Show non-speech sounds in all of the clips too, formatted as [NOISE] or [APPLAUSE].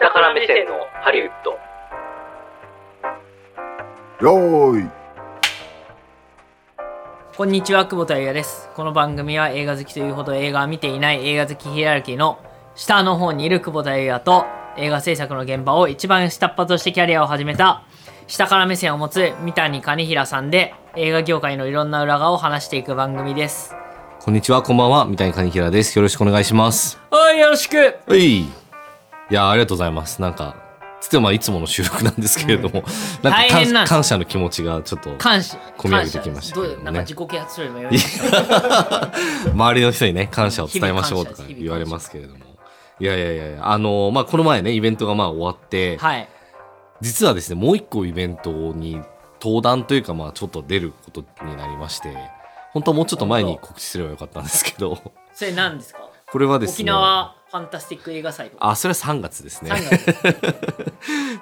下から目線のハリウッドよーいこんにちは、久保田裕也です。この番組は映画好きというほど映画は見ていない映画好きヒエラルキーの下の方にいる久保田裕也と映画制作の現場を一番下っ端としてキャリアを始めた下から目線を持つ三谷兼平さんで映画業界のいろんな裏側を話していく番組です。こんにちは、こんばんは、三谷兼平です。よろしくお願いします。はい、よろしくはい。いや、ありがとうございます。なんか、つってもまあいつもの収録なんですけれども、なんか大変なんです感謝の気持ちがちょっと、感謝。込み上げてきました感け謝ですどどねうなんか自己啓発するのよ。周りの人にね、感謝を伝えましょうと日々感謝でかす言われますけれども。いやいやいやいや、あの、まあ、この前ね、イベントがまあ終わって、はい。実はですね、もう一個イベントに登壇というか、まあ、ちょっと出ることになりまして、本当はもうちょっと前に告知すればよかったんですけど、それ何ですかこれはですね、沖縄ファンタスティック映画祭とか。あ、それは3月ですね。 [LAUGHS] 3月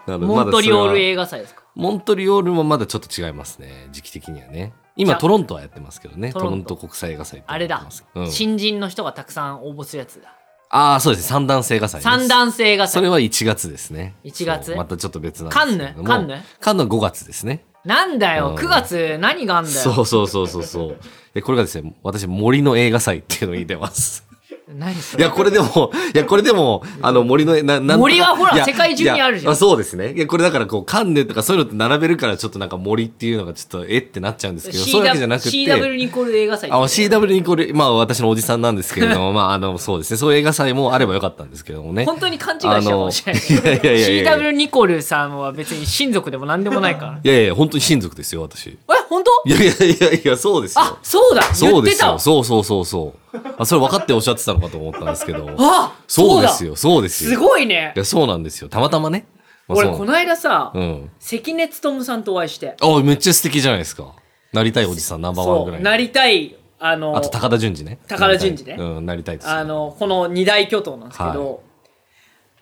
なのでモントリオールまだそれは映画祭ですかモントリオールもまだちょっと違いますね。時期的にはね。今じゃトロントはやってますけどね。トトロロンントト国際映画祭ってあれやっだてます。、うん新人の人がたくさん応募するやつだ。ああ、そうですね。三段性映画祭です。三段性がそれは1月ですね。 1月そうまたちょっと別なんカでンすヌけれども。カンヌカンヌは5月ですね。なんだよ、うん9月何があんだよ。そうそうそうそうそう。で、これがですね、私、森の映画祭っていうのに [LAUGHS] 出ます。何そいれや、これでも、いや、これでも、あの、森の、な、なん森はほらいや世界中にあるじゃんいやそうですね。いや、これだから、こう、カンヌとかそういうのって並べるから、ちょっとなんか森っていうのがちょっと、えってなっちゃうんですけど、そういうわけじゃなくて。 CW ニコール映画祭あ、CW にこれ、まあ私のおじさんなんですけれ [LAUGHS] ども、まああの、そうですね。そういう映画祭もあればよかったんですけどもね。本当に勘違いしたかもしれないけど。あのいやいやいやいや CW ニコールさんは別に親族でも何でもない [LAUGHS] から。いやいや、本当に親族ですよ、私。いえ、本当やいやいやいや、そうですあよ、。そうだそうで言ってすたよ。わそうそうそうそう。あ、それ分かっておっしゃってたのかと思ったんですけど。 [LAUGHS] あそうでだすよ、そうですよ。すい。ごいね。や、そうなんですよ。たまたまね。まあ俺、そうこの間さ、うん。関根勤さんとお会いして、あ、めっちゃ素敵じゃないですか。なりたいおじさんナンバーワンそぐう、らい。なりたい、あの、あと高田純次ね。高田純次ねうん、なりたいです。あの、この二大巨頭なんですけど、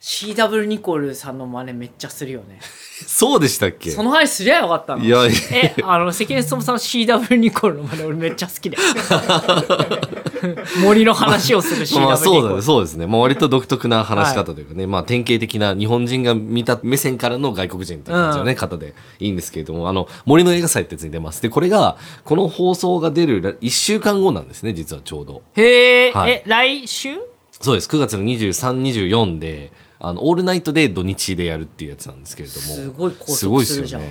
CW ニコルさんの真似めっちゃするよね。そうでしたっけその話すりゃよかったの。いやいやえ、あの、関根勤さんの CW ニコルの真似俺めっちゃ好 [LAUGHS] きで。森の話をする CW ニコル。まあそうだね、そうですね。まあ割と独特な話し方というかね、まあ典型的な日本人が見た目線からの外国人という感じのね、方でいいんですけれども、あの、森の映画祭ってやつに出ます。で、これが、この放送が出る1週間後なんですね、実はちょうど。へえ、はいえ、来週そうです。9月の23、24で、あの、オールナイトで土日でやるっていうやつなんですけれども。すごい拘束すごいっするじゃん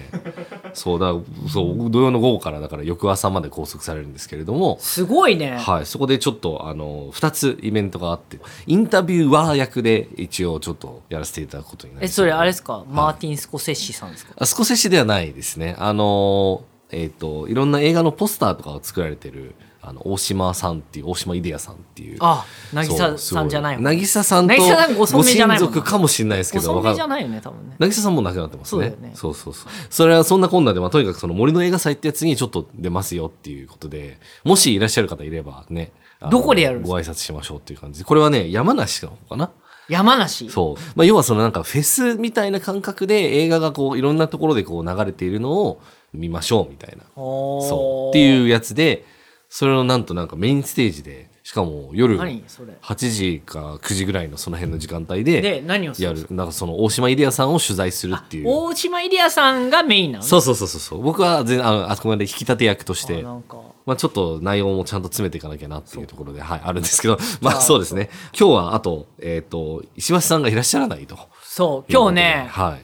そうだ、そう、土曜の午後からだから翌朝まで拘束されるんですけれども、すごいね。はい、そこでちょっとあの2つイベントがあってインタビューワー役で一応ちょっとやらせていただくことになりまえ、したそれあれですか、マーティン・スコセッシさんですかあスコセッシではないですねあのえっ、といろんな映画のポスターとかを作られてるあの大島さんっていう大島イデアさんっていうあ、そ渚うすごさんじゃないの。渚さんと渚さんご存命じゃないもんご親族かもしれないですけどおそわかめんじゃないよね、多分ね。渚さんもう亡くなってますそうだねよねそうそうそうそれはそんなこんなで、まあ、とにかくその森の映画祭ってやつにちょっと出ますよっていうことでもしいらっしゃる方いればねあのどこでやるんですかご挨拶しましょうっていう感じでこれはね山梨の方かな山梨。そう、まあ、要はそのなんかフェスみたいな感覚で映画がこういろんなところでこう流れているのを見ましょうみたいなおーそうっていうやつでそれをなんとなんかメインステージでしかも夜何それ。 8時か9時ぐらいのその辺の時間帯でで、何をするやんでするかなんかその大島イデアさんを取材するっていう大島イリアさんがメインなのねそうそうそうそうそう僕は全あのあそこまで引き立て役としあてなんか。まあ、ちょっと内容もちゃんと詰めていかなきゃなっていうところで、はい、あるんで [LAUGHS] すけど、まあそうですね。今日は、あと、えっ、と、石橋さんがいらっしゃらないと。そう、今日ね、は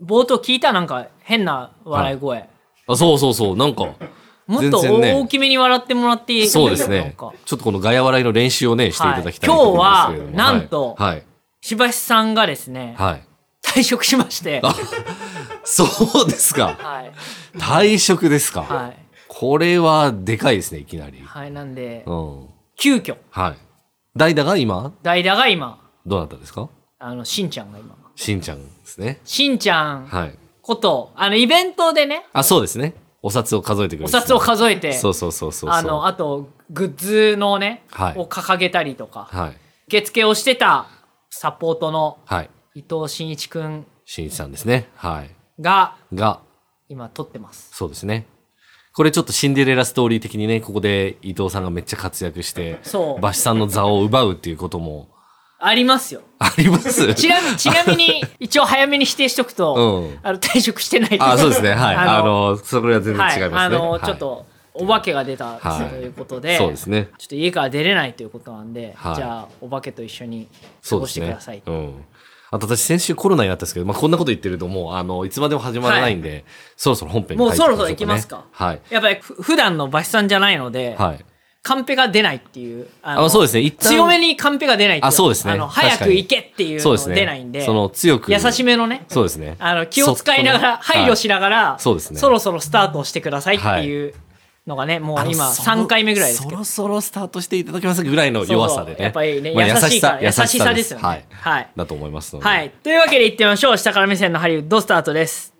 い。冒頭聞いたなんか変な笑い声。あそうそうそう、なんか、もっと全然ね大きめに笑ってもらっていいそうですなんね。ちかょっとこのガヤ笑いの練習をね、していただきたいはいと思うんですけれども。今日はなんとはい。しばしさんがですね、はい。はい退職しまして。はそうですか。い。退職ですか。はい。これは、でかいですね、いきなり。はい、なんでう、ん。急遽、はい。代打が今、代打が今、どうなったんですかあの、しんちゃんが今。しんちゃんですね。しんちゃんはい。こと、あの、イベントでね、あ、そうですね。お札を数えてくれおる人札を数えて、そうそうそうそうそう。あの、あと、グッズのね、はいを掲げたりとか、はい。受付をしてたサポートのはい。伊藤真一くんしんいちさんですね。はい。がが、今撮ってます。そうですね。これちょっとシンデレラストーリー的にね、ここで伊藤さんがめっちゃ活躍して、そうバシさんの座を奪うっていうことも [LAUGHS] ありますよ。ありますちな [LAUGHS] みちなみに、一応早めに否定しとくと、うんあの退職してないですあ、そうですね。はい。ああの、それは全然違いますね。はい、あの、はいちょっ。と、お化けが出たはいということで、そうですね。ちょっと家から出れないということなんで、はいじゃあ、お化けと一緒に過そうごでしすてくねださい。。うん。あと私先週コロナになったんですけど、まあ、こんなこと言ってるともう、あの、いつまでも始まらないんで、そろそろ本編に入ってもうそろそろ行きますかはい。やっぱり、ふ普段のバシさんじゃないので、はい。カンペが出ないっていう。ああそうですね一旦強めにカンペが出ないっていあそうですねあの、確かに早く行けっていうそうのですね。出ないんで、その強く。優しめのね、そうですね。あの、気を使いながら、そっとね配慮しながら、そうですねろそろスタートしてくださいっていうのがね、もうはい今あのそろ3回目ぐらいですけどそろそろスタートしていただけますかぐらいの弱さそうでね。そうやっぱりね、まあ優しいから優しさですよね。はい。はい。だと思いますので。はい。というわけで行ってみましょう。下から目線のハリウッドスタートです。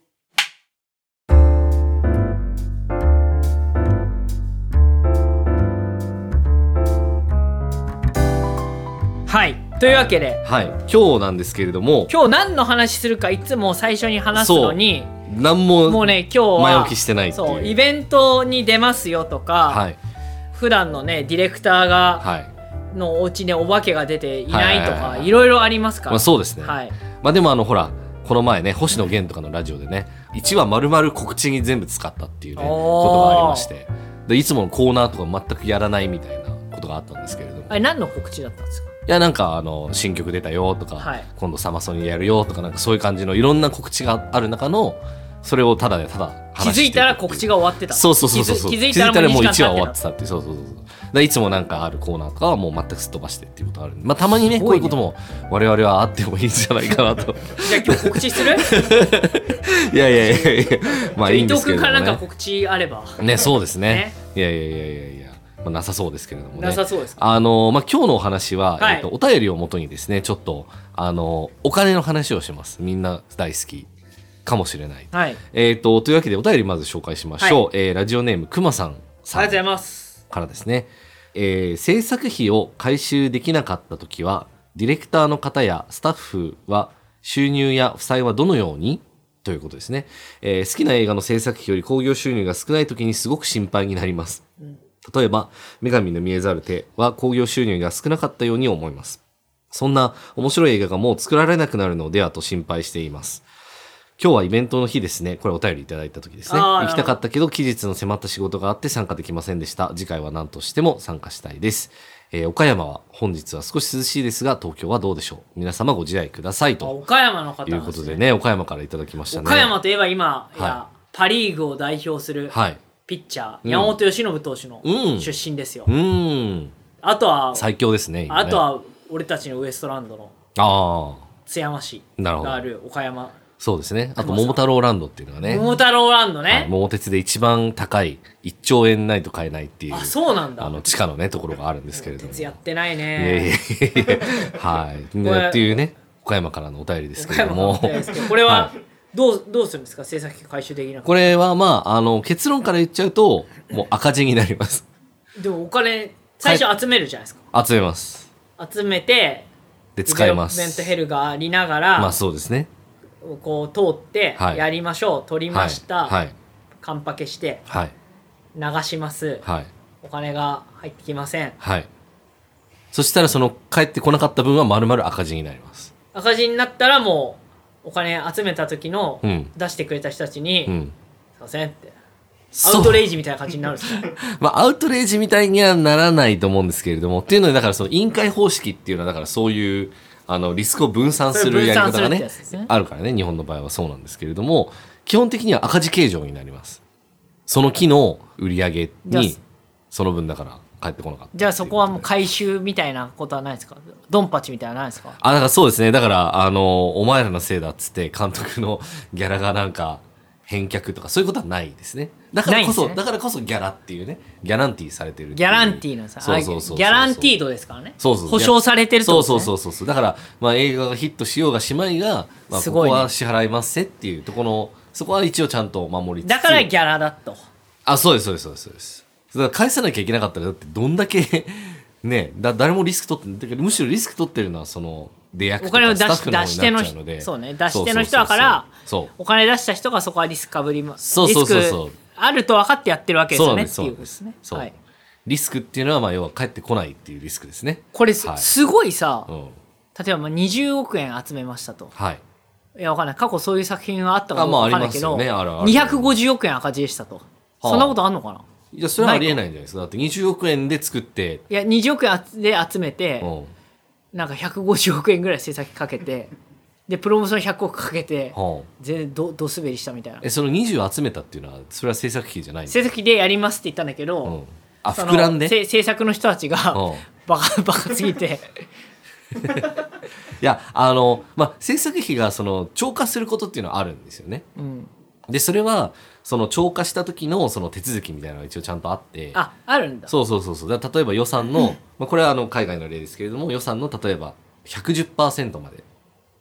はい。というわけで、はい。今日なんですけれども、今日何の話するかいつも最初に話すのに、何ももうね、今日は、前置きしてないっていうそう、イベントに出ますよとか、はい。普段のね、ディレクターが、はい。のお家にお化けが出ていないとはいはいはいか、はいいろいろありますから。まあそうですね。はい。まあでもあのほらこの前ね星野源とかのラジオでね1話丸々告知に全部使ったっていうねおーことがありましてでいつものコーナーとか全くやらないみたいなことがあったんですけれどもあれ何の告知だったんですかいやなんかあの新曲出たよとか、はい今度サマソニーやるよとかなんかそういう感じのいろんな告知がある中のそれをただでただ気話してづいたら告知がが終わってたそうそうそうそう気づ気づいたらもう気づ1いたらもう1話終わ話ってたっていうそうそうそうそうでいつもなんかあるコーナーとかはもう全くすっ飛ばしてっていうことがあるんでまあたまにねすこうごいいうねことも我々はあってもいいんじゃない [LAUGHS] かなとじゃあ今日告知するいやいやいやいや、 [LAUGHS] まあいい伊んで藤すけれ君からどなんかも告知あればね。ね、そうですね。いやいやいやいやいや、まあ、なさそうですけれどもねな。さそうですかあのまあ、今日のお話は、はいえっとお便りをもとにですねちょっとあのお金の話をしますみんな大好きかもしれない、はいありえっとというわけでお便りまず紹介しましょう、えーラジオネームくまさんさがとうんございますからですね、えー制作費を回収できなかった時はディレクターの方やスタッフは収入や負債はどのようにということですね、えー好きな映画の制作費より興行収入が少ない時にすごく心配になります、例えば「女神の見えざる手」は興行収入が少なかったように思いますそんな面白い映画がもう作られなくなるのではと心配しています今日はイベントの日ですね。これお便りいただいた時ですね。あー行きたかったけど、期日の迫った仕事があって参加できませんでした。次回は何としても参加したいです。えー岡山は本日は少し涼しいですが、東京はどうでしょう皆様ご自愛くださいあと岡山の方なんいですねうことでね、岡山からいただきましたね。岡山といえば今、いやはパ・リーグを代表するはい。ピッチャー、うん山本由伸投手のうん出身ですよ、うーん。あとは、最強ですね。今あねと。は俺たちのウエストランドのああ。津山市なるほどがある岡山そうですね。あと、熊さん桃太郎ランドっていうのがね。桃太郎ランドね、はい桃鉄で一番高い、1兆円ないと買えないっていう、あそうなんだあの、地下のね、ところがあるんですけれども。鉄やってないいやいねやいやはい。これねっていうね、岡山からのお便りですけ岡れど山のも方。ですけどこれははどうどうするんですか制作費回収できなくてこれはまあ、あの、結論から言っちゃうと、もう赤字になります。 [LAUGHS] でもお金最初集めるじゃないですか、集めます。集めてで、使いデベロまップメントす。ヘルがありながら、まあそうですね。こう通ってはいやりましょう、取りはまい。した、はい。カンパケしてはい。流しますはい。お金が入ってきませんはい。そしたら、その、帰ってこなかった分は丸々赤字になります。赤字になったらもうお金集めた時のうん出してくれた人たちに「うん。すいません」ってアそうウトレイジみたいな感じになるんです [LAUGHS] かまあ、アウトレイジみたいにはならないと思うんですけれども、っていうので、だからその委員会方式っていうのは、だからそういう、あの、リスクを分散するやり方それ分散するっがてねやつですね、あるからね、日本の場合はそうなんですけれども、基本的には赤字計上になります。その木の売り上げじゃあに、その分だから返ってこなかった。じゃあそこはもう回収みたいなことはないですかドンパチみたいなのないですかあ、だからそうですね。だから、あの、お前らのせいだっつって、監督の [LAUGHS] ギャラがなんか、返却とか、そういうことはないですね。だからこないそ、んですねだからこそギャラっていうね、ギャランティーされてるっていうギャランティーのさそうそうそう。ギャランティードですからねそうそう保証されてるってそこうとそうですねそうそうそうだから、まあ、映画がヒットしようがしまいが、まあ、すこごこいねは支払いますせっていうとこのそこは一応ちゃんと守りつつだからギャラだとあそうですそうですそうですそうですだから返さなきゃいけなかったらだってどんだけ [LAUGHS] ねだ誰もリスク取ってだからむしろリスク取ってるのはその出役おとか金を出スタッしフ出の方し手のになっちゃうので人そうね出し手の人だからそうお金出した人がそこはリスクかぶりますそうそうそうそうリスクあると分かってやってるわけですそうよなねんっですてそいううなんことでですねはい、すそう、リスクっていうのはまあ要は返ってこないっていうリスクですねこれす,、はいごいさ、うん例えばまあ20億円集めましたと。はい。いや、わかんない。過去そういう作品はあったかあどうまかあわかんないけど、ありますよねあるある250億円赤字でしたと。あそんなことあんのかないや、それはありえないんじゃないですか。だって20億円で作って、いや、20億円あつで集めて、うん。なんか150億円ぐらい制作費かけて、で、プロモーション100億かけて、はあ全然ど、ど滑りしたみたいなえ、。その20集めたっていうのは、それは制作費じゃないんです制作費でやりますって言ったんだけど、うん。あ、その膨らんでせ制作の人たちが、うんバカ、バカすぎて、いや、あの、まあ、制作費がその超過することっていうのはあるんですよね。うん。で、それは、その超過した時のその手続きみたいなのが一応ちゃんとあって、あ、あるんだ。そうそうそうそう。だから例えば予算の、まあ、これはあの海外の例ですけれども、予算の例えば110%まで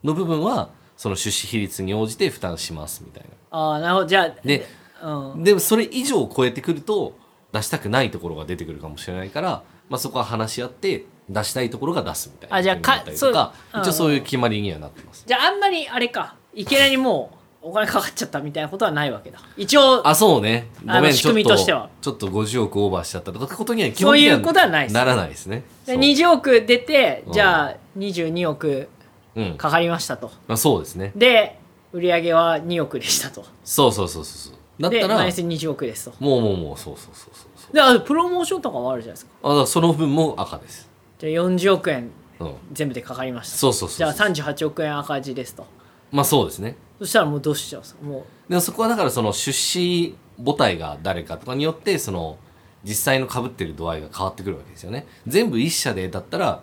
の部分は、その出資比率に応じて負担しますみたいああ、なるほど。じゃあ、でうん。な。でもそれ以上を超えてくると、出したくないところが出てくるかもしれないから、まあ、そこは話し合って、出したいところが出すみたいな。あじゃあかことになったりとかそう一応そういう決まりにはなってます。じゃあ、あんまり、あれか、いきなりもう、お金かかっちゃったみたいなことはないわけだ。一応、あ、そうね。ごあのめん、仕ちょ組っみとしてはと、ちょっと50億オーバーしちゃったとかことには基そう本的いにはうことはないですならないですね。でそう20億出てうんじゃあ22億うん。かかりましたとまあ、そうですね。で売り上げは2億でしたとそうそうそうそうそう。だっでたら、マイナス20億ですともうもうもう、そうそうそうそうそう。であとプロモーションとかもあるじゃないですかあ、だからその分も赤です。じゃあ40億円うん。全部でかかりましたそうそうそうそう。じゃあ38億円赤字ですとまあそうですね。そしたらもうどうしちゃうんですかもでもそこはだからその出資母体が誰かとかによって、その実際の被ってる度合いが変わってくるわけですよね。全部一社でだったら、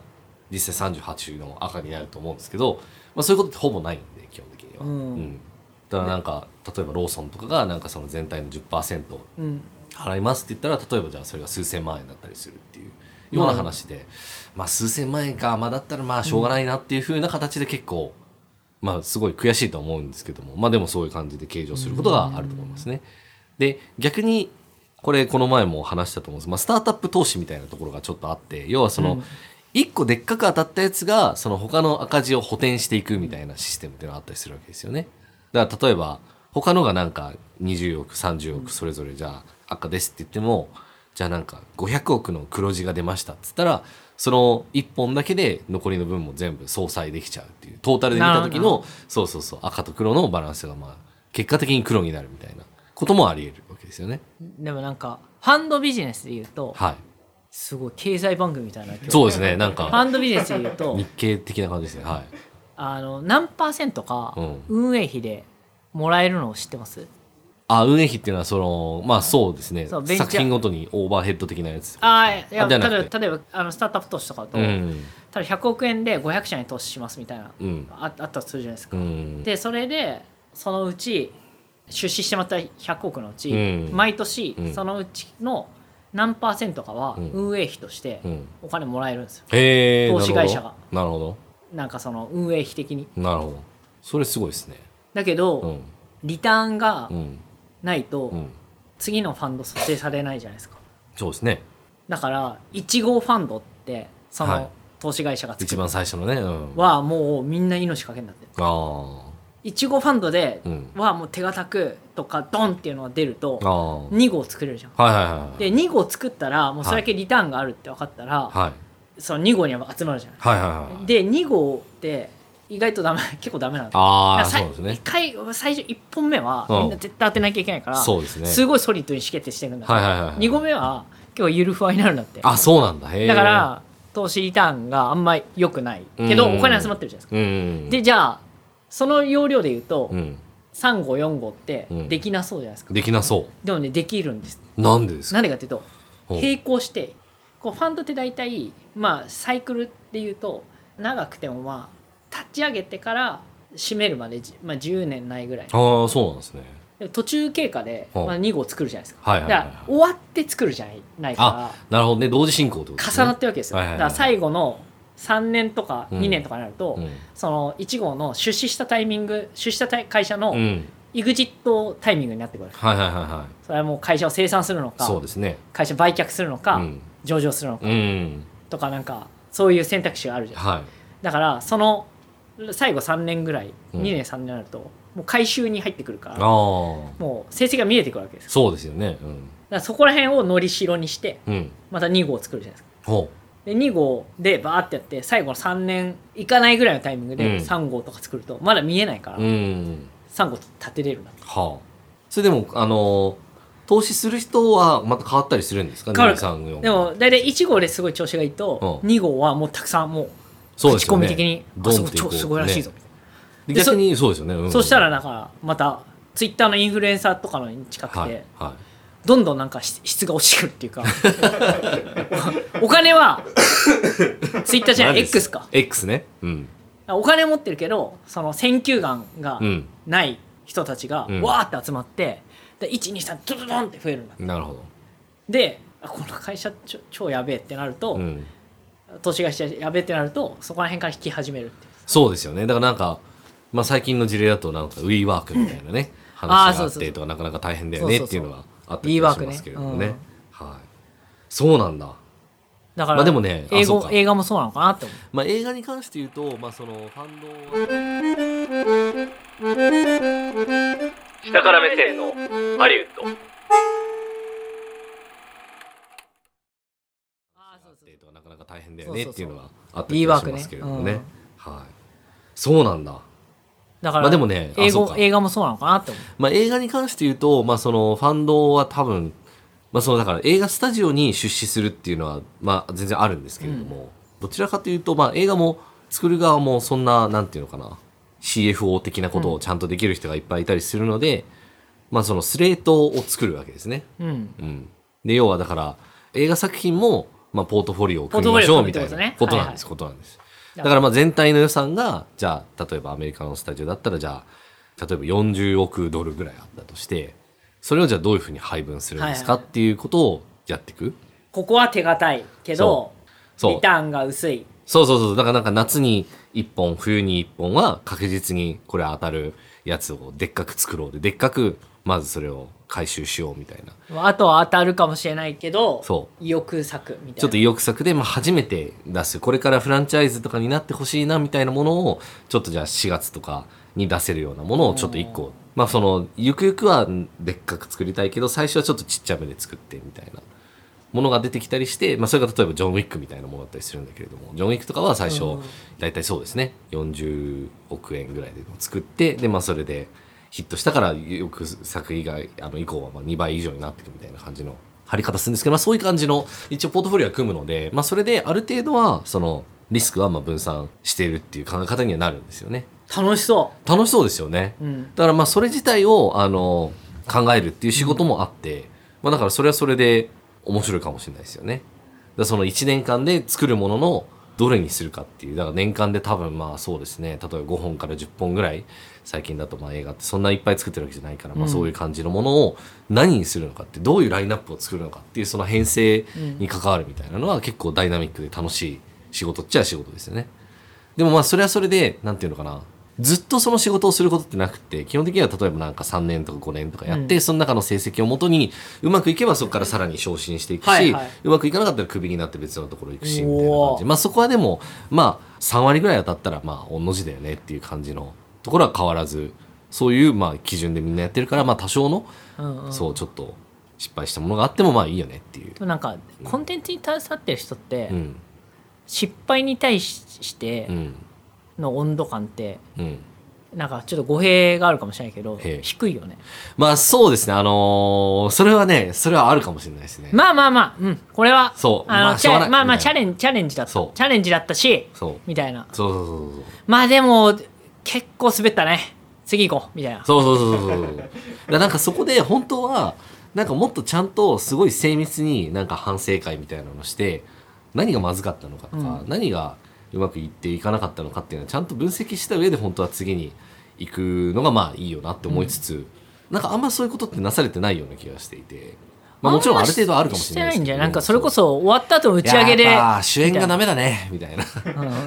実際38の赤になると思うんですけど、まあそういうことってほぼないんで、基本的には。うんだからなんか、例えばローソンとかがなんかその全体の10%ううん払いますって言ったら例えばじゃあそれが数千万円だったりするっていうような話で、まあ数千万円かまあだったらまあしょうがないなっていうふうな形で結構、まあすごい悔しいと思うんですけどもまあでもそういう感じで計上することがあると思いますね。で逆にこれこの前も話したと思うんですまあ、スタートアップ投資みたいなところがちょっとあって要はその、一個でっかく当たったやつがその他の赤字を補填していくみたいなシステムっていうのがあったりするわけですよね。だから例えば他のがなんか20億30億それぞれじゃあ赤ですって言ってもじゃあなんか500億の黒字が出ましたっつったらその1本だけで残りの分も全部相殺できちゃうっていうトータルで見た時なるほのそうそうそう赤と黒のバランスがまあ結果的に黒になるみたいなこともあり得るわけですよね。でもなんかファンドビジネスで言うとはい、すごい経済番組みたいな今日そうですねなんフかァンドビジネスで言うと日経的な感じですね。はいあの何パーセントかうん運営費でもらえるのを知ってます、あ、運営費っていうのは、その、まあそうですね。そう作ベンチャー品ごとにオーバーヘッド的なやつ。ああいやあじ例ゃえなくばて例えばあのスタートアップ投資とかだと、うん。ただ100億円で500社に投資しますみたいな、うんああったとするじゃないですうか、ん。でそれでそのうち出資してもらった100億のうち、うん毎年うんそのうちの何パーセントかはうん運営費としてうんお金もらえるんですよ、へえ。投資会社がなるほど。なんかその運営費的になるほど。なるほど。それすごいですね。だけど、うん。リターンがうん。ないと、うん。次のファンド蘇生されないじゃないですかそうですね。だから1号ファンドってそはいの投資会社が作一る番最初のね。うん。あはもうみんな命かけになってるあ。 1号ファンドでうんはもう手堅くとかドンっていうのが出るとああ。はい2号作れるじゃん。はいはい。で2号作ったらもうそれだけリターンがあるって分かったら、はい。その2号には集まるじゃな。はいはいはいい。で2号って意外とダメ結構ダメなんだよあだからあ、さそうですね一。回最初1本目はうんみんな絶対当てなきゃいけないから、そうですね。ごいソリッドに仕決定していくんだけど、はいはいはいはい2号目は結構ゆるふわになるんだってあ、そうなんだ。へえ。だか、ら投資リターンがあんまり良くないけどうんお金集まってるじゃないですか、うん。で、じゃあその要領で言うと、うん。 3号4号ってうんできなそうじゃないですか、できなそでもねできるんですう。なんでですかなんでかっていうとうん並行してこうファンドって大体まあサイクルでいうと長くてもまあ立ち上げてから閉めるまでじ、まあ、10年ないぐらいああ、そうなんですね。で途中経過で、うんまあ、2号作るじゃないですか、はいはいはいはいだから終わって作るじゃないないかあ、なるほどね。同時進行ってことらです重ねなってるわけですよ、はいはいはいだから最後の3年とかうん2年とかになると、うんその1号の出資したタイミング出資したた会社うのん。エグジットタイミングになってくるはいはいはいはそれはもう会社を清算するのい。かそうですね。会社売却するのか、うん。上場するのかうん。とかなんかそういう選択肢があるじゃんはい。だからその最後3年ぐらいうん2年3年になるともう回収に入ってくるかあら、あ。もう成績が見えてくるわけですよそうですよね。だからそこら辺をのりしろにしてうん。うん。また2号を作るじゃないですかほで2号でバーってやって最後の3年いかないぐらいのタイミングうでん3号とか作るとまだ見えないからうん。 3号立てれるなはあ。それでも、あのー投資する人はまた変わったりするんですか変わる23号でも大体1号ですごい調子がいいとう2号はもうたくさんもうそうです口よコねミ的に「ドあンそっこてこ超うすごいらしいぞ」みたいね逆にそうですよね。なうんそうしたらなんかまたツイッターのインフルエンサーとかのに近くて、はい。はどんどんなんかし質が落ちてくるっていうか [LAUGHS] お金はツイッターい。じゃない何です X か X ね。うん。お金持ってるけどその選球眼がうん。ない人たちがうんわーって集まって、で123ドドドンって増えるんだなるほど。であこの会社ちょ超やべえってなると、うん。投資会社やべえってなるとそこら辺から引き始めるっていうそうですよね。だからなんか、まあ最近の事例だとなんか WeWork みたいなね、話がああーっそうそうてそとかなかなか大変だよねっていうのはあったりし WeWork ねますけれどもね。はい。そうなんだ。だから、まあでもねあ英そう語か映画もそうなのかなって思うまあ映画に関して言うと、まあそのファンド下から目線のハリウッドあそうそうえーとなかなか大変だよねっていうのはあったいりいしワまークねすけれどもね。はい。そうなんだ。だから、まあでもね、あ英そう語か映画もそうなのかなって思うまあ映画に関して言うと、まあそのファンドは多分、まあそのだから映画スタジオに出資するっていうのは、まあ全然あるんですけれども、どちらかというと、まあ映画も作る側もそんな、なんていうのかな、CFO 的なことをちゃんとできる人がいっぱいいたりするので、まあそのスレートを作るわけですね。うんうん、で要はだから映画作品も、まあ、ポートフォリオを組みましょうポーみトたフォリオを組むいってことねなことなんです、ことなんですだかだらからまあ全体の予算がじゃあ例えばアメリカのスタジオだったらじゃあ例えば40億ドルぐらいあったとしてそれをじゃあどういうふうに配分するんですかはいはいっていうことをやっていく、ここは手堅いけどそうリターンが薄いそうそうそうだからなんか夏に1本冬に1本は確実にこれ当たるやつをでっかく作ろうででっかくまずそれを回収しようみたいなあとは当たるかもしれないけどそう意欲作みたいなちょっと意欲作で、まあ、初めて出す。これからフランチャイズとかになってほしいな、みたいなものを、ちょっとじゃあ4月とかに出せるようなものをちょっと1個。まあ、その、ゆくゆくはでっかく作りたいけど、最初はちょっとちっちゃめで作って、みたいなものが出てきたりして、まあ、それが例えばジョン・ウィックみたいなものだったりするんだけれども、ジョン・ウィックとかは最初うん、大体そうですね、40億円ぐらいで作って、で、まあ、それで、ヒットしたから、よく作以外、あの、以降はまあ2倍以上になっていくみたいな感じの張り方するんですけど、まあそういう感じの、一応ポートフォリオは組むので、まあそれである程度は、その、リスクはまあ分散しているっていう考え方にはなるんですよね。楽しそ楽しそうですよね。う、うん、だからまあそれ自体を、あの、考えるっていう仕事もあって、まあだからそれはそれで面白いかもしれないですよね。だからその1年間で作るものの、どれにするかっていう。だから年間で多分まあそうですね。例えば5本から10本ぐらい、最近だとまあ映画ってそんないっぱい作ってるわけじゃないから、まうあんそういう感じのものを何にするのかって、どういうラインナップを作るのかっていう、その編成に関わるみたいなのは結構ダイナミックで楽しい仕事っちゃ仕事ですよね。でもまあそれはそれで、なんていうのかな。ずっとその仕事をすることってなくて、基本的には例えばなんか3年とか5年とかやって、うんその中の成績をもとに、うまくいけばそこからさらに昇進していくし、はいはいうまくいかなかったらクビになって別のところ行くし、みたいなお感ーじ。まあそこはでも、まあ3割ぐらい当たったら、まあ同じだよねっていう感じのところは変わらず、そういうまあ基準でみんなやってるから、まあ多少の、うんうん、そうちょっと失敗したものがあってもまあいいよねっていうで。もなんかコンテンツに携わってる人って、うん。失敗に対ししてうん。の温度感って、うん。なんかちょっと語弊があるかもしれないけどへえ低いよねまあそうですね、あのーそれはね、それはあるかもしれないですね。まあまあまあうんこれはそうあのまあチしょうがなャいまあまあみチャたいなレンチャレンジだったチそうャレンジだったしそう。みたいなそうそうそうそうまあでも結構滑ったね次行こうみたいなそうそうそうそうそうだからなんかそこで本当はなんかもっとちゃんとすごい精密になんか反省会みたいなのをして何がまずかったのかとか、う何がうまくいっていかなかったのかっていうのはちゃんと分析した上で本当は次に行くのがまあいいよなって思いつつ、なんかあんまそういうことってなされてないような気がしていて、まあ、もちろんある程度はあるかもしれないしてないんですけどじゃないなんかそれこそ終わった後の打ち上げでいややっぱ主演がダメだねみたいな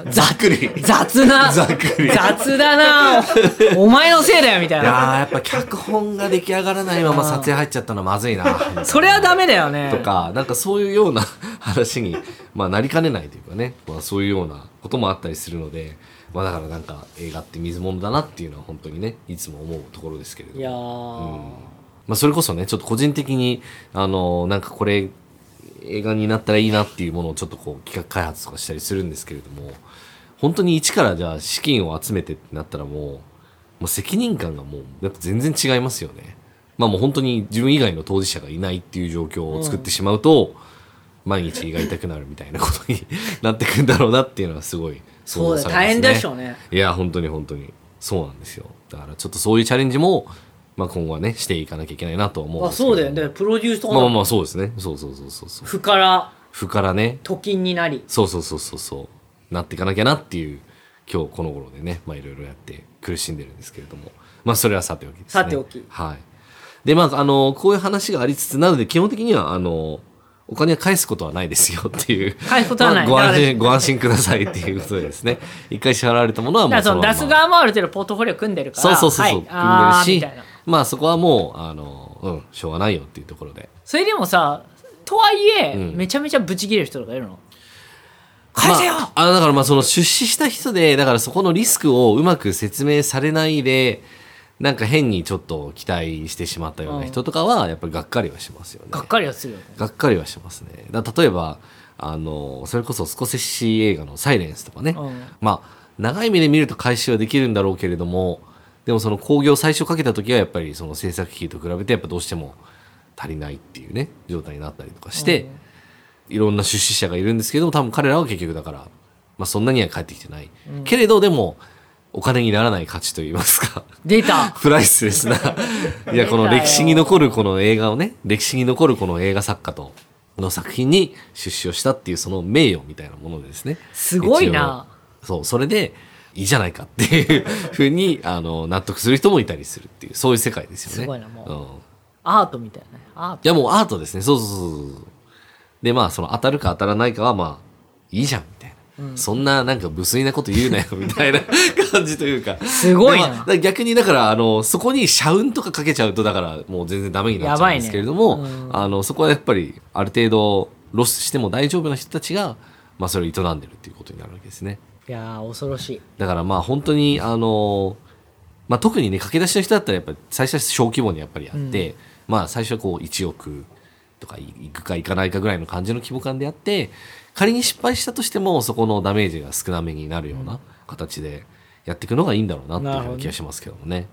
うんざっくり雑なざっくり雑 [LAUGHS] だなおお前のせいだよみたいいなやーやっぱ脚本が出来上がらないまま撮影入っちゃったのはまずいなそれはダメだよねとかなんかそういうような [LAUGHS] 話に、まあ、なりかねないというかね、まあ、そういうようなこともあったりするので、まあ、だからなんか映画って水物だなっていうのは本当にねいつも思うところですけれどいやも、ーまあ、それこそねちょっと個人的にあのなんかこれ映画になったらいいなっていうものをちょっとこう企画開発とかしたりするんですけれども本当に一からじゃあ資金を集めてってなったらもうもう責任感がもうやっぱ全然違いますよね。まあもう本当に自分以外の当事者がいないっていう状況を作ってしまうと、毎日胃が痛くなるみたいなことになってくんだろうなっていうのはすごいそ想う像だよされ大ます変でしょうねいや、本当に本当に。そうなんですよ。だからちょっとそういうチャレンジも、まあ今後はね、していかなきゃいけないなとは思うんあですけど。そうだよねプロデュースとかまあまあもまあそうですね。そうそうそうそうそう。負から負からね、と金になりそうそうそうそうそう、なっていかなきゃなっていう、今日この頃でね、まあいろいろやって苦しんでるんですけれども。まあそれはさておきですね。さておきはい。で、まああの、こういう話がありつつ、なので基本的には、あの、お金は返すことはないですよ [LAUGHS] っていう。返すことはないまあご安だから心、ご安心くださいっていうことでですね。一回支払われたものはだかもうらそそのの出す側まま。もある程度ポートフォリオ組んでるからそうそうそうそう、はい、あー組みんでたるいしなまあそこはもうあの、うん、しょうがないよっていうところでそれでもさとはいえ、うんめちゃめちゃブチ切れる人とかいるの返せよ、まあ、あだからまあその出資した人でだからそこのリスクをうまく説明されないでなんか変にちょっと期待してしまったような人とかはやっぱりがっかりはしますよね、がっかりはするよねがっかりはしてますね。だ例えばあのそれこそスコセッシ映画の「サイレンス」とかね、うんまあ長い目で見ると回収はできるんだろうけれどもでもその興行最初かけた時はやっぱりその制作費と比べてやっぱどうしても足りないっていうね状態になったりとかして、いろんな出資者がいるんですけども多分彼らは結局だから、まあ、そんなには返ってきてない、けれどでもお金にならない価値といいますか。出 [LAUGHS] たプライスレ [LAUGHS] スな。いや、この歴史に残るこの映画をね、歴史に残るこの映画作家と、の作品に出資をしたっていうその名誉みたいなものですね。すごいな一応。そう、それで、いいじゃないかっていうふうに、あの、納得する人もいたりするっていう、そういう世界ですよね。すごいなもううんアートみたいなねアートいや、もうアートですね。そうそうそうそう。で、まあ、その当たるか当たらないかは、まあ、いいじゃん、みたいな。そんな、なんか、無粋なこと言うなよ、みたいな [LAUGHS] 感じというか。すごいなでまあだから逆に、だから、あの、そこに社運とかかけちゃうと、だから、もう全然ダメになっちゃうんですけれども、やばいねうあの、そこはやっぱり、ある程度、ロスしても大丈夫な人たちが、まあ、それを営んでるっていうことになるわけですね。いやー恐ろしいだからまあ本当にあの、まあ、特にね駆け出しの人だったらやっぱり最初は小規模にやっぱりやって、まあ最初はこう1億とかいいくかいかないかぐらいの感じの規模感でやって仮に失敗したとしてもそこのダメージが少なめになるような形でやっていくのがいいんだろうなっていうような気がしますけどもね。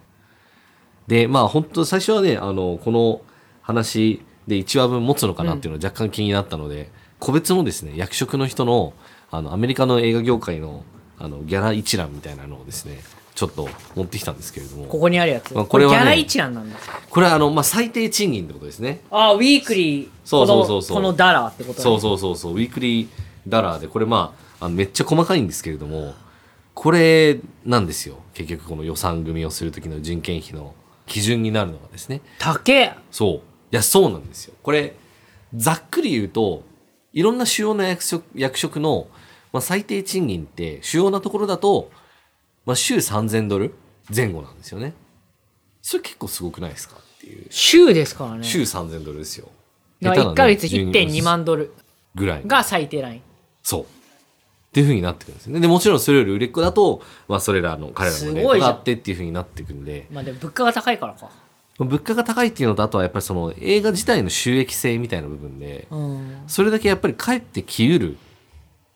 でまあ本当最初はねあのこの話で1話分持つのかなっていうのは若干気になったので、個別のですね役職の人のあのアメリカの映画業界のあのギャラ一覧みたいなのをですねちょっと持ってきたんですけれどもここにあるやつ、まあここれれはねギャラ一覧なんだこれはあの、まあ、最低賃金ってことですね。ああウィークリーそうそうこのそうそうこのダラーってことだねそうそうそうそうウィークリーダラーでこれまああのめっちゃ細かいんですけれどもこれなんですよ結局この予算組をする時の人件費の基準になるのがですね高えそう。いや、そうなんですよ。これ、ざっくり言うと、いろんな主要な役職役職の、まあ、最低賃金って、主要なところだと、まあ、週3000ドル前後なんですよね。それ結構すごくないですかっていう。週ですからね週3000ドルですよ。だから1下ヶ手なね月1.2万ドルぐらい。が最低ラインそう。っていう風になってくるんですよね。で、もちろんそれより売れっ子だと、まあ、それらの、彼らのすごいレじゃんートがあってっていう風になってくるんで、まあでも物価が高いからか物価が高いっていうのと、あとはやっぱりその映画自体の収益性みたいな部分で、うんそれだけやっぱり帰ってきうる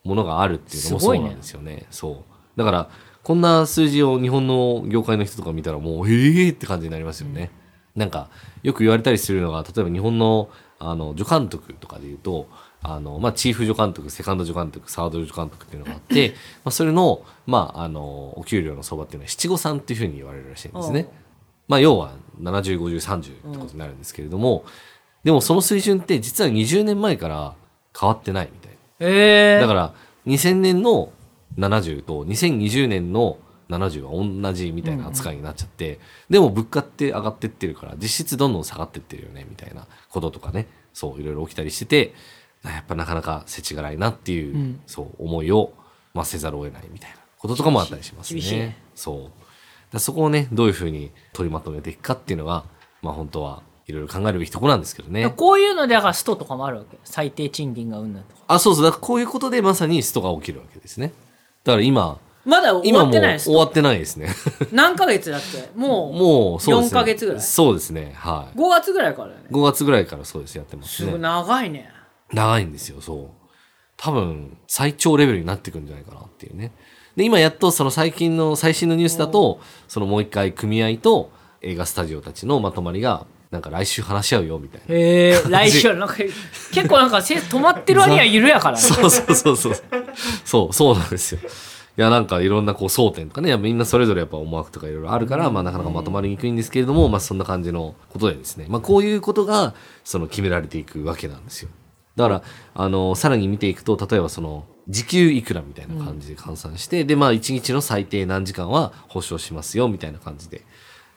ものがあるっていうのもすごそいうねなんですよね。そう。だから、こんな数字を日本の業界の人とか見たらもう、ええー、って感じになりますよね。なんか、よく言われたりするのが、例えば日本の、あの、助監督とかで言うと、あの、まあ、チーフ助監督、セカンド助監督、サード助監督っていうのがあ [LAUGHS] って、まあ、それの、まあ、あの、お給料の相場っていうのは七五三っていうふうに言われるらしいんですねおう。まあ、要は70、50、30ってことになるんですけれども、でもその水準って実は20年前から変わってないみたいえな。えだから2000年の70と2020年の70は同じみたいな扱いになっちゃって、でも物価って上がってってるから実質どんどん下がってってるよねみたいなこととかね、そういろいろ起きたりしてて、あやっぱなかなか世知辛いなっていう、うんそう思いを、まあ、せざるを得ないみたいなこととかもあったりしますね。厳しいねそう。だからそこをね、どういうふうに取りまとめていくかっていうのが、まあ本当はいろいろ考えるべきところなんですけどね。こういうのでだからストとかもあるわけ最低賃金がうんぬんとかあ、そうそう。だからこういうことでまさにストが起きるわけですね。だから今、まだ終今わっもうてないです終わってないですね。 [LAUGHS] 何ヶ月だっけ [LAUGHS] もうもうそうです4ね。ヶ月ぐらいそうですね。はい。 5月ぐらいからだよね5月ぐらいからそうです、やってますすごいね。長いね長いんですよ、そう。多分、最長レベルになってくんじゃないかなっていうね。で、今やっとその最近の、最新のニュースだと、そのもう一回組合と映画スタジオたちのまとまりが、なんか来週話し合うよ、みたいな。 [LAUGHS] へえ来週はなんか結構なんかせ止まってる割には緩やからねそうそうそうそう。そう、そうなんですよ。いや、なんかいろんなこう争点とかね、やっぱみんなそれぞれやっぱ思惑とかいろいろあるから、まあなかなかまとまりにくいんですけれども、まあそんな感じのことでですね、まあこういうことが、その決められていくわけなんですよ。だから、あの、さらに見ていくと、例えばその、時給いくらみたいな感じで換算して、で、まあ1日の最低何時間は保証しますよ、みたいな感じで。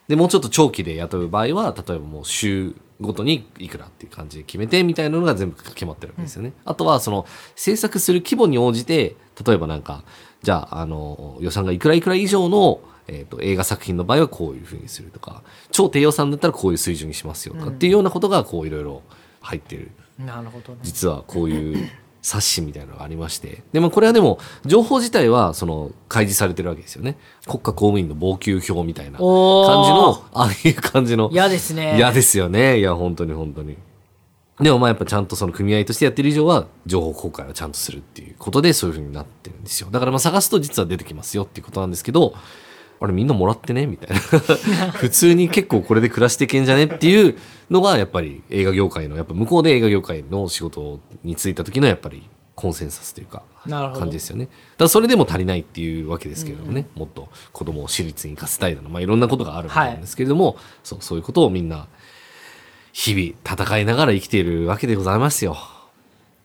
で、もうちょっと長期で雇う場合は、例えばもう週ごとにいくらっていう感じで決めてみたいなのが全部決まってるわけですよね。あとは、その、制作する規模に応じて、例えばなんか、じゃあ、あの、予算がいくらいくら以上の、えっ、と、映画作品の場合はこういうふうにするとか、超低予算だったらこういう水準にしますよとか、っていうようなことが、こういろいろ入ってるなるほどね実はこういう冊子みたいなのがありまして。で、まあこれはでも、情報自体は、その、開示されてるわけですよね。国家公務員の防給表みたいな感じおーの、ああいう感じの。嫌ですね嫌ですよね。いや、本当に本当に。でもまあやっぱちゃんとその組合としてやってる以上は、情報公開はちゃんとするっていうことで、そういうふうになってるんですよ。だからまあ探すと実は出てきますよっていうことなんですけど、あれみんなもらってねみたいな。 [LAUGHS] 普通に結構これで暮らしていけんじゃねっていうのが、やっぱり映画業界の、やっぱ向こうで映画業界の仕事に就いた時のやっぱりコンセンサスというか、なるほど感じですよね。だからそれでも足りないっていうわけですけれどもね、もっと子供を私立に行かせたいだの、まあいろんなことがあるわけなんですけれども、そうそういうことをみんな、日々戦いながら生きているわけでございますよ。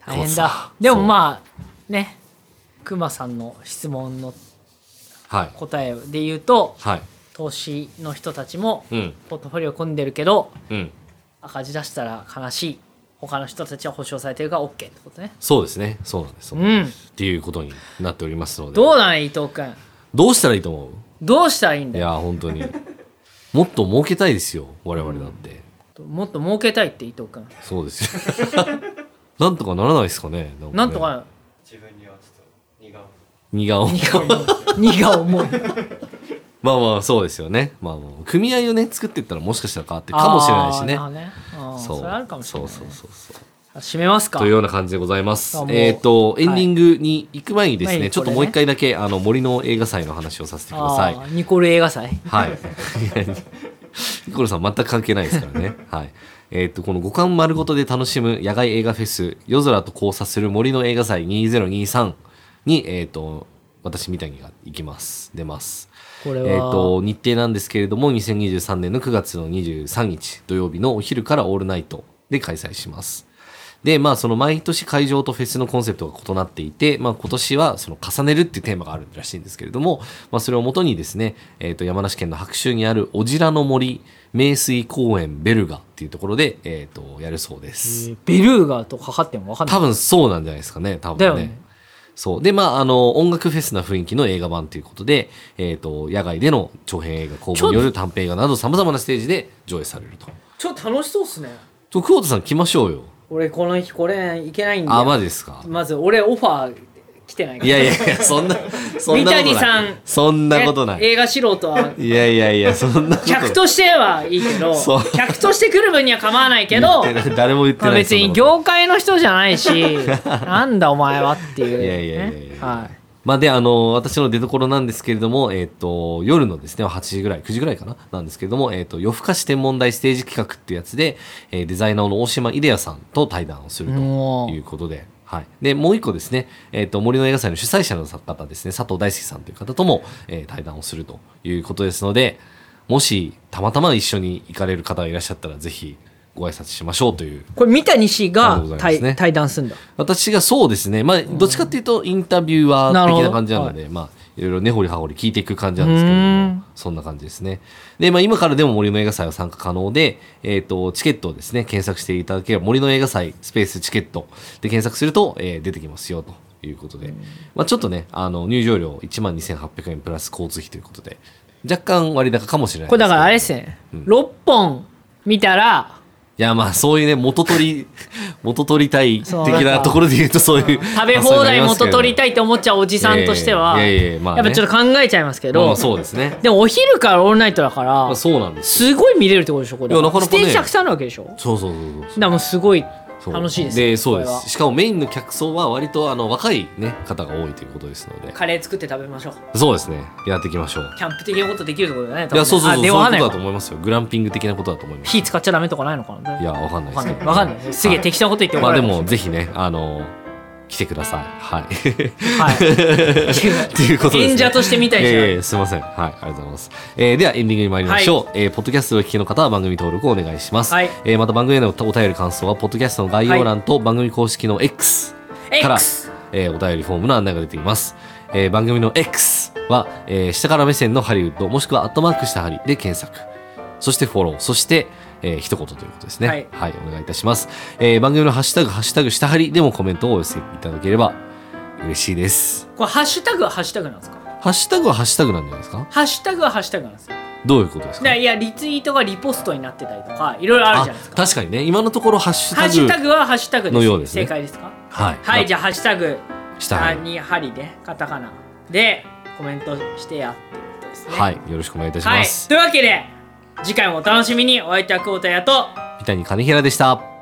大変こうださでもまあねくまさんの質問のはい。答えで言うとはい。投資の人たちもうん。ポートフォリオ組んでるけどうん。赤字出したら悲しい他の人たちは保証されてるから OK ってことねそうですね。そうなんです。そううなんですんっていうことになっておりますので。どうなん伊藤君どうしたらいいと思うどうしたらいいんいだよや、本当に。もっと儲けたいですよ。我々だって。もっと儲けたいって伊藤君そうですよ。 [LAUGHS] なんとかならないですかね。ねなんと。か自分にはちょっと荷が荷が重い荷が重い荷が重い [LAUGHS] まあまあ、そうですよね。まあまあ、組合をね、作っていったらもしかしたら変わってるかもしれないしねあー。るほどねそうそれあるかもしれないねそうそうそうそう。あ締めますかというような感じでございますあも。うえっ、と、エンディングに行く前にですね、はいちょっともう一回だけ、あの、森の映画祭の話をさせてくださいあ。ーニコル映画祭はい。 [LAUGHS] ニコルさん全く関係ないです [LAUGHS] からね。はい。えっ、と、この五感丸ごとで楽しむ野外映画フェス、夜空と交差する森の映画祭2023に、えっ、と、私みたいにが行きます。出ます。これえっ、は、と、日程なんですけれども、2023年の9月の23日土曜日のお昼からオールナイトで開催します。で、まあ、その毎年会場とフェスのコンセプトが異なっていて、まあ、今年はその重ねるっていうテーマがあるらしいんですけれども、まあ、それをもとにですね、えっ、と、山梨県の白州にある小白の森名水公園ベルガっていうところで、えっ、と、やるそうです。えーベルーガとかかっても分かんない多分そうなんじゃないですかね、多分ね。だよねそう。で、まあ、あの、音楽フェスな雰囲気の映画版ということで、えっ、と、野外での長編映画、公募による短編映画など様々なステージで上映されると。ちょっと楽しそうっすねと、久保田さん来ましょうよ。俺この日これいけないんであ、マジですか。まず俺オファー来てないかいらやいやいや、そんな、そんなことな三い。谷さんそんなことなねい。映画素人はいやいやいや、そんなことない。客としてはいいけどそう客として来る分には構わないけど言ってない誰も言ってまなあい。別にそんなこ業界の人じゃない [LAUGHS] しなんだお前はっていう、とね、いやいやいやいや。はいまあで、あの、私の出所なんですけれども、えっ、と、夜のですね、8時ぐらい、9時ぐらいかな、なんですけれども、えっ、と、夜更かし天文台ステージ企画っていうやつで、えーデザイナーの大島イデアさんと対談をするとおーいうことで、はい。で、もう一個ですね、えっ、と、森の映画祭の主催者の方ですね、佐藤大輔さんという方とも、えー対談をするということですので、もし、たまたま一緒に行かれる方がいらっしゃったら、ぜひ、ご挨拶しましょうというこれ三谷氏がありがとうございま対,、すね対談すんだ私がそうですね、まあ、どっちかっていうと、インタビュアなーるほ的どな感じなので、まあ、いろいろ根掘り葉掘り聞いていく感じなんですけれども、そんな感じですね。で、まあ、今からでも森の映画祭は参加可能で、えっ、と、チケットをですね、検索していただければ、森の映画祭スペースチケットで検索すると、えー出てきますよ、ということで。まあ、ちょっとね、あの、入場料12,800円プラス交通費ということで、若干割高かもしれないこれだからあれでですすね、6本見たらけどいや、まあ、そういうね、元取り、元取りたい的そうなんなかところで言うと、そういう。食べ放題元取りいたいって思っちゃうおじさんとしては、いやいやいやいやまあねやっぱちょっと考えちゃいますけど、まあ、そうですね。でもお昼からオールナイトだから、まあ、そうなんですよ。すごい見れるってことでしょこれいやなかなかねステージたくさんあるわけでしょだかそうそうそうそう。らもうすごいそう楽しいですねでそうでこれはすしかもメインの客層は割とあの若い、ね、方が多いということですのでカレー作って食べましょうそうですねやっていきましょうキャンプ的なことできるってことだよね多分いねやそうそうあそうそういでうもこわかとんないだと思いますよグランピング的なことだと思います火使っちゃダメとかないのかないやわかんないわかんでなすけいどわかんないすげえ適当なこと言って怒まあらでれるもぜひねあの来てくださいはいっはいていうことです、ね、演者として見たいじゃんええええすいませんはいありがとうございます、えーではエンディングに参りましょう、えーポッドキャストをお聞きの方は番組登録をお願いします、はいえーまた番組へのお便り感想はポッドキャストの概要欄と番組公式の X から、 X えーお便りフォームの案内が出ています、えー番組の X は、えー下から目線のハリウッドもしくはアットマークしたハリで検索そしてフォローそして、えー一言ということですねはいはい、お願いいたします、えー番組のハッシュタグ「ハッシュタグ下張り」でもコメントをお寄せいただければ嬉しいですこれハッシュタグはハッシュタグなんですかハッシュタグはハッシュタグなんじゃないですかハッシュタグはハッシュタグなんですよどういうことですだかからいやリツイートがリポストになってたりとかいろいろあるじゃないですか確かにね今のところハッシュタハグッシュタグはハッシュタグですのようですね正解ですかはい、はいじゃゃあハッシュタグ下張りに針でカタカナでコメントしてやっていうことですねはいよろしくお願いいたしはまいす、というわけで次回もお楽しみにお相手は久保田屋と三谷金平でした